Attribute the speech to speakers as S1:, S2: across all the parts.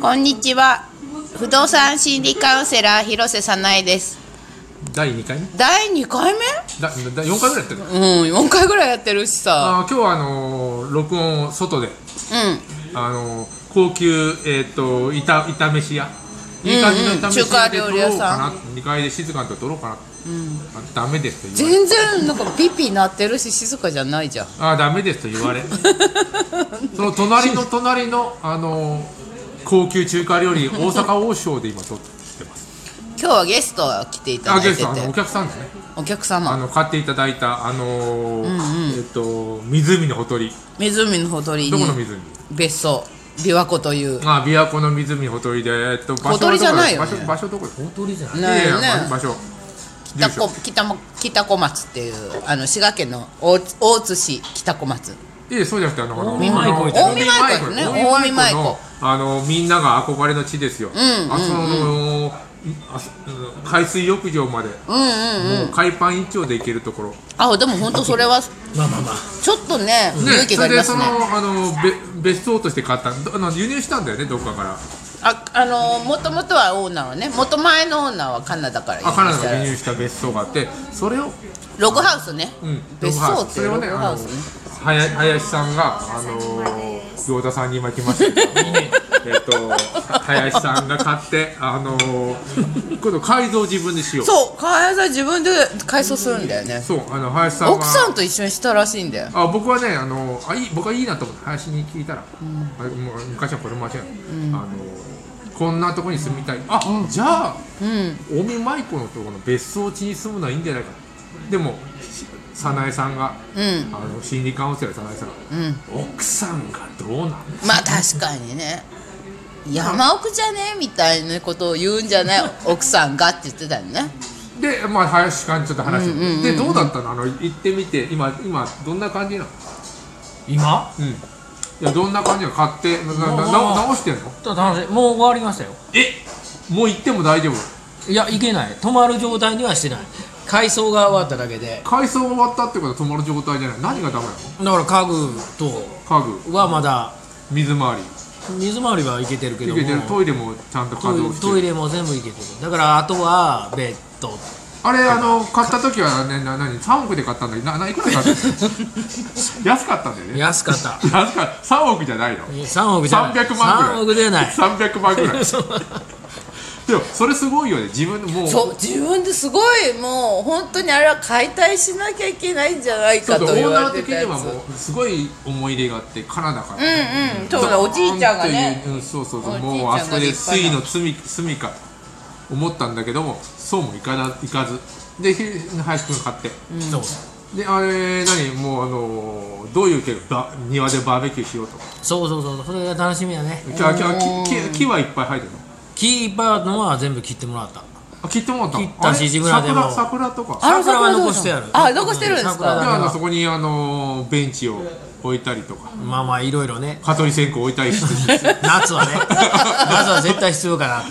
S1: こんにちは。不動産心理カウンセラー広瀬さないです。
S2: 第2回目
S1: 第2回目
S2: だだ4回ぐらいやってる
S1: うん、4回ぐらいやってるしさ。
S2: あー今日はあのー録音を外で、
S1: う
S2: あのー高級、えー、と炒炒飯屋いい感じの炒飯屋で
S1: うんうん中華料
S2: 撮
S1: 理屋
S2: ろうか
S1: さ
S2: な、2階で静かにと撮ろうかな、あダメですと
S1: ん。
S2: 言われ
S1: 全然、なんかピピ鳴ってるし、静かじゃないじゃん。
S2: あーダメですと言わ れその隣の隣の、あのー高級中華料理大阪王将で今撮ってます
S1: 今日はゲストが来ていた
S2: あ
S1: だ
S2: ゲ
S1: い
S2: ス
S1: てて
S2: トあのお。客さんですね
S1: お客
S2: あ
S1: 様。
S2: の買っていただいたあのーえっ、と湖のほとり
S1: 湖のほとり
S2: どこの
S1: に
S2: 湖、
S1: 別荘、琵琶湖という。
S2: あ琵琶湖の湖ほとりで、えっと、場所は
S1: ほとりじゃないよね
S2: どこだ場所場所どこだ
S3: 大鳥じゃ
S1: ねえ
S3: ん
S2: いやいや
S1: ね
S2: 場所
S1: 北
S2: 住
S1: 小
S2: 所
S1: 北も北小松っていうあの滋賀県の大津大津市北小松
S2: いやいやそうじゃなくてあのほら
S3: 近江舞
S1: 近
S3: 子
S1: 江舞子ね
S2: 近江舞
S1: 近江舞
S2: 子
S1: 子
S2: のあのみんなが憧れの地ですよ、
S1: ん
S2: あそのあそうん海水浴場まで、
S1: うんうん
S2: もう海パン一丁で行けるところ、
S1: あでも本当それは
S3: まあまあまあ
S1: ちょっとね勇気
S2: そ
S1: がい
S2: れ
S1: り
S2: で
S1: ます
S2: そ
S1: ね
S2: のあのべ別荘として買ったどあの輸入したんだよねどっかから
S1: ああのもともとはオーナーはね元前のオーナーはカナダから
S2: あカナダ
S1: た
S2: が輸入した別荘があってそれを
S1: ログハウスね、
S2: うん
S1: 別荘っていう
S2: ロ
S1: ロ
S2: グ
S1: グ
S2: ハ
S1: ハ
S2: ウ
S1: ウ
S2: ス
S1: ス
S2: それを
S1: ね
S2: ねはや林さんがあのー行田さんに今来ましたけどえっと林さんが買ってあのー今度改造自分でしよう
S1: そう川合さん自分で改装するんだよね
S2: そうあの林さんは
S1: 奥さんと一緒にしたらしいんだよ
S2: あ僕はねあのあいい僕はいいなと思って林に聞いたら、あもう昔はこれ間違いない、あのこんなとこに住みたいあ、じゃあ
S1: うん
S2: 近江舞子のところの別荘地に住むのはいいんじゃないかでもし早苗さんが、
S1: うん
S2: あの心理カウンセラー早苗さんが
S1: うん
S2: 奥さんがどうなの
S1: まあ確かにね山奥じゃねみたいなことを言うんじゃない奥さんがって言ってたよね
S2: で、まあ、林さんちょっと話して、
S1: うんうんうんうん
S2: でどうだったのあの行ってみて今今どんな感じなの
S3: 今
S2: うんいやどんな感じなの買ってななな
S3: もう
S2: 直してんの
S3: ちょっと楽しいもう終わりましたよ
S2: えもう行っても大丈夫
S3: いやいけない止まる状態にはしてない改装が終わっただけで
S2: 改装が終わったってことは止まる状態じゃない何がダメなの
S3: だから家具と
S2: 家具
S3: はまだ
S2: 水回り
S3: 水回りはいけてるけ
S2: い
S3: ども
S2: けてるトイレもちゃんと稼働
S3: トイ
S2: してる
S3: トイレも全部いけてるだからあとはベッド
S2: あれあの買った時はねな何三億で買ったんだけどなないくらで買ったんですか安かったんだよね
S3: 安 かった
S2: 安かった三億じゃないの
S3: 3億じゃない
S2: 300万
S3: 3億
S2: ぐらい
S3: じゃない
S2: 300万ぐらい
S3: そう
S2: でもそれすごいよね自分でもう
S1: そう自分ですごいもう本当にあれは解体しなきゃいけないんじゃない
S2: ち
S1: か
S2: ょっとオ
S1: と言
S2: ーナ
S1: わ
S2: ー
S1: れて
S2: 的
S1: たや
S2: に
S1: つ
S2: はもうすごい思い入れがあってカナダから、
S1: うんうんそうだおじいちゃんがね
S2: なんていううんそうそう
S1: お
S2: そ
S1: じい
S2: う
S1: ちゃんが
S2: もうあそこで
S1: 立派な
S2: 水の罪罪かと思ったんだけどもそうもいかないかずでひ林くん買って
S3: そう
S2: であれ何もうあのーどういう系ば庭でバーベキューしようとか
S3: そうそうそうそれが楽しみやね
S2: 木木木木木はいっぱい生えてるの
S3: キーパーのは全部切ってもらった
S2: あ切ってもらったの
S3: 切った
S2: あ
S3: し
S2: れ
S3: 自分らでも
S2: 桜桜とか
S1: あの
S3: 桜は
S1: 桜どう
S3: 残
S1: した
S3: してある
S1: あ残してるんですか
S3: 桜
S2: で
S3: だけ
S2: あの
S3: は
S2: そこにあのーベンチを置いたりとか
S3: まあまあいろいろね
S2: 蚊取り線香置いたりして
S3: 夏はね夏は絶対必要かな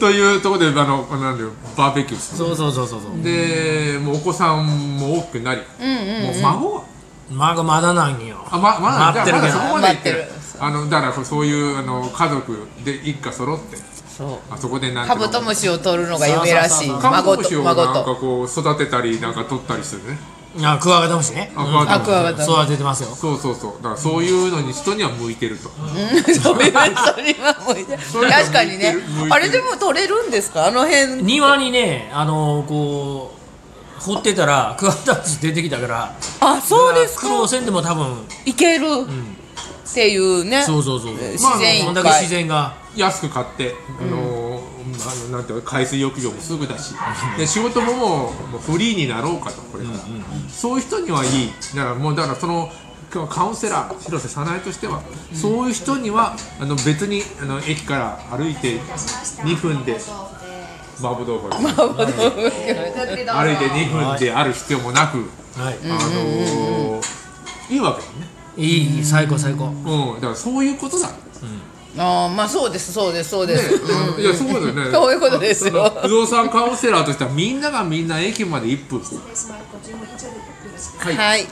S2: というところであのなんだよバーベキューする
S3: そうそうそうそうそう
S2: でもうお子さんも多くなり、もう孫は
S3: まだまだなんよ
S2: あままだ
S3: 待ってる
S2: ま
S3: け
S2: だ
S3: ど
S2: そこまで行ってる
S1: 待ってる
S2: あのだからそういうあの家族で一家揃って
S1: そう
S2: あそこでなんて
S1: カブトムシを取るのが夢らしい
S3: そうそうそうそう
S2: カブ
S1: 孫
S2: トムシ
S1: と
S2: をなん
S1: 孫
S2: か
S1: と
S2: こう育てたりなんか取ったりするね
S3: あクワガタムシね
S2: あクワガタムシ
S1: クワガタムシ
S3: 育ててますよ
S2: そうそうそうだからそういうのに人には向いてると、
S1: うん それはそれはもう
S2: れは向いてる
S1: 確かにね
S2: 向いてる
S1: あれでも取れるんですかあの辺
S3: 庭にねあのこう掘ってたらクワガタムシ出てきたから
S1: あそうですか
S3: 苦労せんでも多分
S1: いけるっていうね
S3: そうそうそう
S1: 自然いっ
S3: こ
S1: ぱい
S3: んだけ自然が
S2: 安く買って、あのーあのなんていうか海水浴場もすぐだしで仕事ももうもうフリーになろうかとこれから、そういう人にはいいだからもうだからその今日カウンセラー広瀬早苗としては、そういう人にはあの別にあの駅から歩いて2分で麻婆豆腐
S1: カブトムシ
S2: 歩いて2分である必要もなく、
S3: はい
S2: あのーいいわけだね
S3: いい最高最高
S2: うん、だからそういうことだ
S1: ああまあそうですそうですそうで
S2: ね
S1: す、
S2: あのいやそうだよね
S1: そういうことですよ
S2: あの不動産カウンセラーとしてはみんながみんな駅まで1分
S1: はい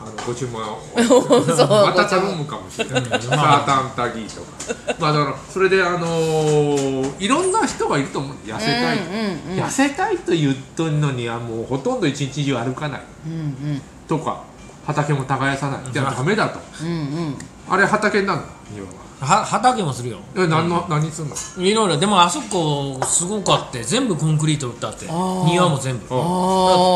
S2: あのご注文を
S1: そう
S2: また頼むかもしれないサータンタギーとかまあだからそれであのーいろんな人がいると思う痩せたい、
S1: うんうんうん
S2: 痩せたいと言っとるのにはもうほとんど一日中歩かない
S1: うん
S2: とか畑も耕さないじゃあダメだと
S1: うんうん
S2: あれ畑になるの庭は
S3: は畑もするよ
S2: え何の、何すんの
S3: いろいろでもあそこすごかって全部コンクリート打ったって
S1: ー
S3: 庭も全部だか
S1: あ
S3: ら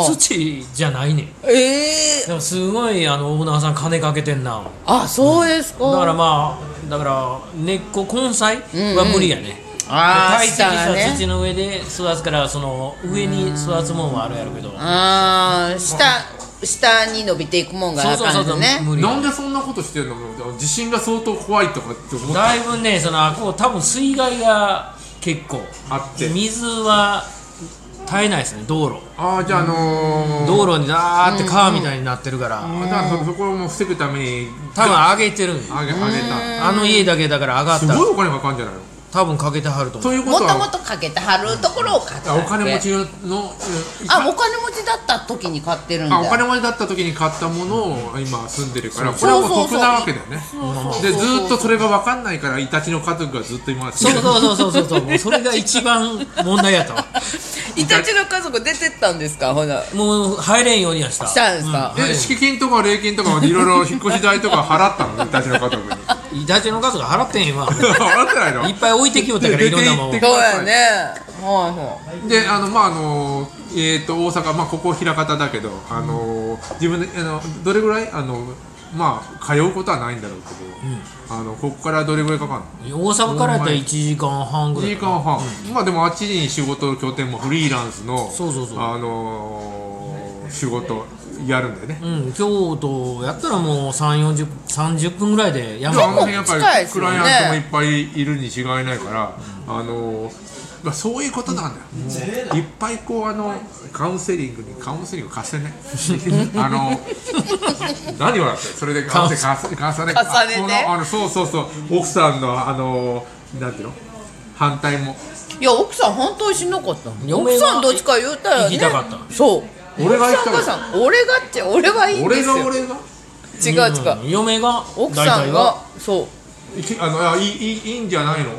S1: あ
S3: 土じゃないねん
S1: ええ
S3: でもすごいあのオーナーさん金かけてんな
S1: あそうですか
S3: だからまあだから根っこ根菜は無理やね、
S1: ああ
S3: 堆積
S1: 下が
S3: した
S1: ね
S3: 土の上で育つからその上に育つもんはあるやろうけど
S1: ああ下下に伸びていくもんが
S3: そう
S1: な
S3: そう
S1: か
S3: そうんそ
S1: で
S3: う
S1: ね
S3: 無理
S2: なんでそんなことしてるの地震が相当怖いとかって思った
S3: だいぶねそのあこう多分水害が結構
S2: あって
S3: 水は絶えないですね道路
S2: ああじゃああのー、
S3: 道路にダーって川みたいになってるから、
S2: あじゃあそそこをもう防ぐために
S3: 多分上げてるんよ
S2: あげあげた
S3: あの家だけだから上が
S2: す
S3: ったら
S2: ごいお金かかるんじゃないの
S3: 多分かけてはると思
S2: と
S3: う
S2: いうこ
S1: も
S2: と
S1: とも
S2: は
S1: とかけてはるところを買った
S2: あ
S1: ん
S2: お
S1: で
S2: 金持ちのうん
S1: あお金持ちだった時に買ってるんだ
S2: あお金持ちだった時に買ったものを今住んでるからこれはもう得なわけだよねでずーっとそれが分かんないからイタチの家族がずっと今
S3: そうそうそうそうそうもうそれが一番問題やったわ
S1: イタチの家族出てったんですかほな
S3: もう入れんようにはした
S1: したんですか、
S2: で敷金とか礼金とかいろいろ引っ越し代とか払ったのイタチの家族に
S3: イタチの数が払って へんわ
S2: 払ってないの
S3: いっぱい置いてきよったから
S2: で
S3: いろんなもん
S2: 出て行って
S1: そうやねはいはい
S2: であのまああのえー、と大阪、まあ、ここ枚方だけど、あの自分であのどれぐらいあの、まあ、通うことはないんだろうけど、あのここからどれぐらいかかるの
S3: 大阪からやったら1時間半ぐら
S2: 1
S3: い
S2: 時間半、まあでもあっちに仕事の拠点もフリーランスの
S3: そうそうそう
S2: あのー仕事やるんだよね、
S3: うん京都やったらもう3 4 0 30分ぐらいでやめ
S2: であの
S1: 構
S2: 辺やっぱ
S1: 近い
S2: り
S1: です
S2: ク
S1: よ
S2: ラ
S1: ね
S2: イアントもいっぱいいるに違いないから、あのーまあ、そういうことなんだよ、もういっぱいこうあのカウンセリングにカウンセリング貸せねあの何をやってるそれでカウンセリング貸重ね
S1: 重ねて
S2: あこのあのそうそうそう奥さんのあのーなんていうの反対も
S1: いや奥さん反対しなかったの
S3: 嫁
S1: 奥
S3: が
S1: さんどっちか言うたら
S3: 行
S1: ね
S3: きたかった
S1: そう
S2: 俺が行きたか
S1: 奥
S2: った
S1: さんがさ俺がって俺はいいんで
S2: 俺
S1: す
S2: が
S1: よ
S2: 俺が
S1: 違う違う、
S3: うん嫁が
S1: 奥さ
S3: 大体
S1: んがそう
S2: いきあのあいいいいいいんじゃないの、っ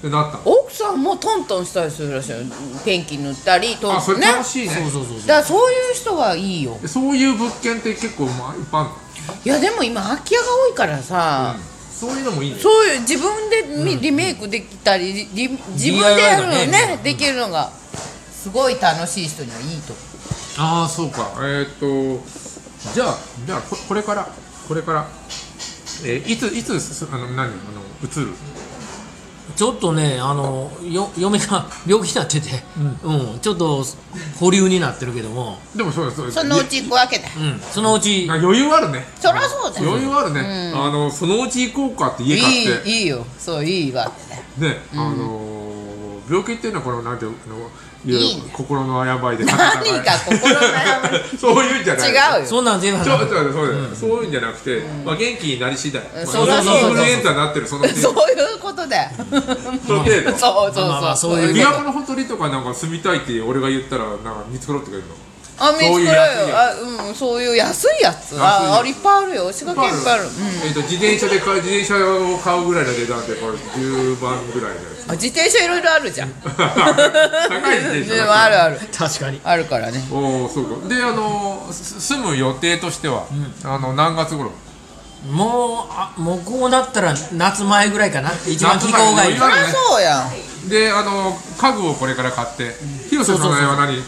S2: てなった
S1: 奥さんもトントンしたりするらしいよペンキ塗ったりト
S2: あ
S1: ン
S2: そ
S1: トン
S2: れ
S1: ね
S2: 楽しいね
S3: そうそうそう
S1: だからそういう人はいいよ
S2: そういう物件って結構まあいっぱいあるの
S1: いやでも今空き家が多いからさ、
S2: そういうのもいいね
S1: そういう自分でみリメイクできたり、リリ自分でやるの
S3: DIY
S1: ね
S3: がね
S1: できるのがすごい楽しい人にはいいと思
S2: ああそうかえーっ、とじゃあじゃあここれからこれから、えーいついつすあの何あの移る
S3: ちょっとねあのよ嫁が 病気になってて、うんちょっと保留になってるけども、
S2: でもそうだそうだ
S1: うそのうち行くわけだ
S3: うん、そのうち
S2: あ余裕あるね
S1: そりゃそうだよ
S2: 余裕あるね、あのそのうち行こうかって
S1: い
S2: 家買って
S1: いいいよそういいわけだ
S2: ね、あのー病気っていうのはこのなんていうのいろい
S1: いい
S2: ろ
S1: ね
S2: 心の病で
S1: 何が心の病
S2: そういうんじゃない
S1: 違うよ
S3: そんなん 全部
S2: ちょ
S3: 払
S2: っ
S3: う
S2: と待ってそうだよそういうんじゃなくて、まあ、元気になり次第、まあ、
S1: そう
S3: そうそうそう
S2: インフルエンザになってるその程度
S1: そ
S2: そう
S1: いうことだよ
S2: の程度
S1: そうそうそう、
S3: まあまあそういう
S2: 琵
S1: こと
S2: 琶湖のほとりとかなんか住みたいって俺が言ったらなんか見繕ってくれるの
S1: あ見つ
S2: そう
S1: く
S2: いう
S1: れよ
S2: 安いや
S1: あうんそういう安いやつ
S2: 安いやつ
S1: ああいっぱいあるよ仕掛けいっぱいあるうん
S2: えっと自転車で買う自転車を買うぐらいの値段でこれ10万ぐらい のやつ
S1: あ自転車いろいろあるじゃん
S2: 高い自転車
S1: で
S2: だ
S1: も
S2: から
S1: あるある
S3: 確かに
S1: あるからね
S2: おおそうかであのーす住む予定としては、あの何月頃
S3: もうあもうこうなったら夏前ぐらいかな一番気
S2: 夏前
S3: 候がい
S2: 余
S3: い
S2: 裕
S1: そ
S2: あ
S1: り
S2: る
S1: ゃ
S2: ね
S1: そうやん
S2: であのー家具をこれから買って広瀬さんの場合は何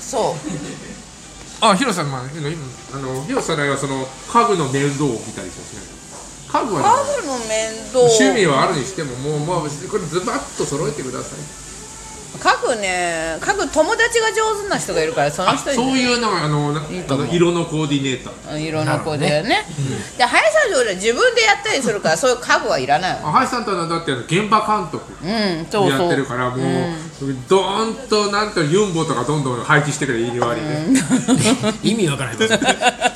S1: そう
S2: あ、広瀬さん、まあ、今あの広瀬さんはその家具の面倒を見たりしますね。家具はね、
S1: 家具の面倒
S2: 趣味はあるにしても、もう、まあ、これズバッと揃えてください。
S1: 家具ね家具友達が上手な人がいるからその
S2: あ、
S1: 人
S2: そう
S1: に
S2: いうのが、あの、なあの色のコーディネーター。
S1: 色の子だよねで林さんの俺は自分でやったりするからそういう家具はいらないわ
S2: あ、林さんとはだって、あの現場監督。
S1: うんそう
S2: やっ
S1: そ
S2: て
S1: う
S2: るから、もう、どーンと、なんとユンボとか、どんどん配置してくれ、入り割りで。
S3: 意味わからへん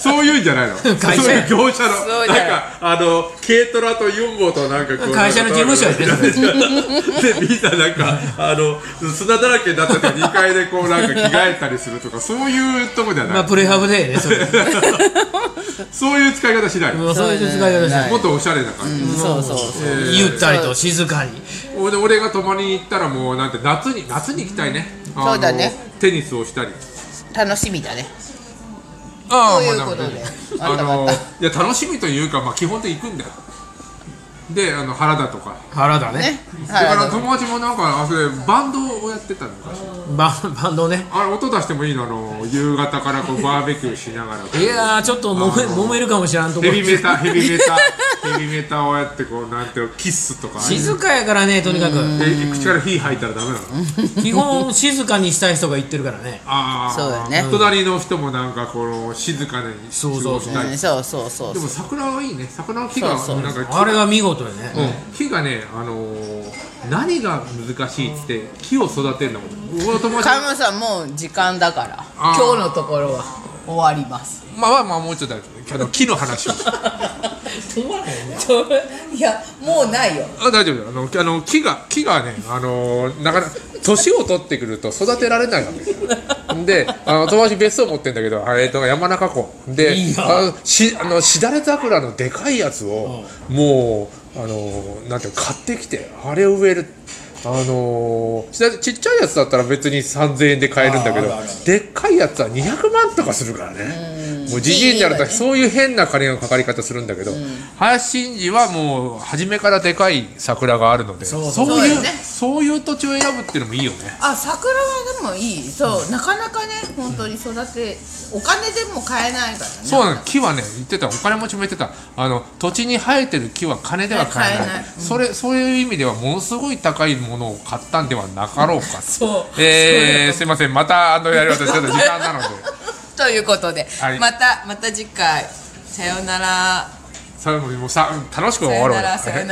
S2: そういうんじゃな いの。そういう
S3: 会社
S2: 業者の、
S1: そうじゃな
S2: ないんか、あの、軽トラとユンボとなんかこう。
S3: 会社の事務所やね
S2: で、みんななんか、あの、砂だらけになってて2階でこうなんか着替えたりするとかそういうとこじゃない、
S3: まあプレハブでねそれ
S2: そういう使い方しない、
S3: まあそういう使い方じゃない
S2: もっとおしゃれな感じ、
S1: そうそうそう
S2: えー
S3: ゆったりと静かに
S2: 俺俺が泊まりに行ったらもうなんて夏に夏に行きたいね、あの
S1: そうだね
S2: テニスをしたり
S1: 楽しみだね
S2: あ
S1: そういうことで
S2: あ
S1: わ
S2: の
S1: かっ
S2: いや楽しみというか、まあ、基本的に行くんだよであの原田とか
S3: 腹だね
S1: ね
S2: だから
S1: は
S2: 友達もなんかあそれバンドをやってたの昔
S3: ババンドね
S2: あれ音出してもいいのあの夕方からこうバーベキューしながらこう
S3: いやーちょっと揉め揉めるかもしれんとこ
S2: ヘビメ タヘビメタヘビメタをやってこうなんていうのキッスとか
S3: 静かやからねとにかく
S2: え口から火吐いたらダメなの
S3: 基本静かにしたい人が言ってるからね
S2: ああ
S1: そうだね
S2: 隣の人もなんかこの静かに仕
S3: そうそ
S2: 事
S3: う
S2: し
S3: そう
S1: い
S2: たい
S1: うんそうそうそう
S2: でも
S1: そう
S2: 桜はいいね桜の木が
S1: そうそう
S2: なんか木
S3: あれが見事よね
S2: うん木がねあのー何が難しいって木を育てるのお友達
S1: 川村さんもう時間だから
S2: あ
S1: 今
S2: ー
S1: 日のところは終わります
S2: まあまあまあもうちょっとだけど木の話を
S3: 止まらへんね
S1: ちょ いやもうないよ
S2: あ大丈夫だよあのあの木が木がねあのーなかなか年を取ってくると育てられないわけですよであの友達別荘持ってんだけどあれとか山中湖で
S3: いいな
S2: あのしあのしだれ桜のでかいやつを、もうあのーなんていうの買ってきてあれを植えるあのーしだれちっちゃいやつだったら別に3000円で買えるんだけど
S3: ああるある
S2: でっかいやつは200万とかするからねもうじじいになる
S1: いい
S2: と
S1: わね
S2: そういう変な金のかかり方するんだけど、林真司はもう初めからでかい桜があるのでそう
S3: うそう
S2: い
S1: そううだよね
S2: そういう土地を選ぶっていうのもいいよね
S1: あ桜はでもいいそうなかなかね本当に育てお金でも買えないからね
S2: そうなの木はね言ってたお金持ちも言ってたあの土地に生えてる木は金では買えない
S1: 買えないうん
S2: それそういう意味ではものすごい高いものを買ったんではな かろうか
S3: そう
S2: えー、すいませんまたあのやりましたちょっと時間なので
S1: ということで、
S2: はい
S1: またまた次回さようなら
S2: それももうさ楽しく
S1: さ
S2: 終わ
S1: よう
S2: ろう
S1: ならさようなら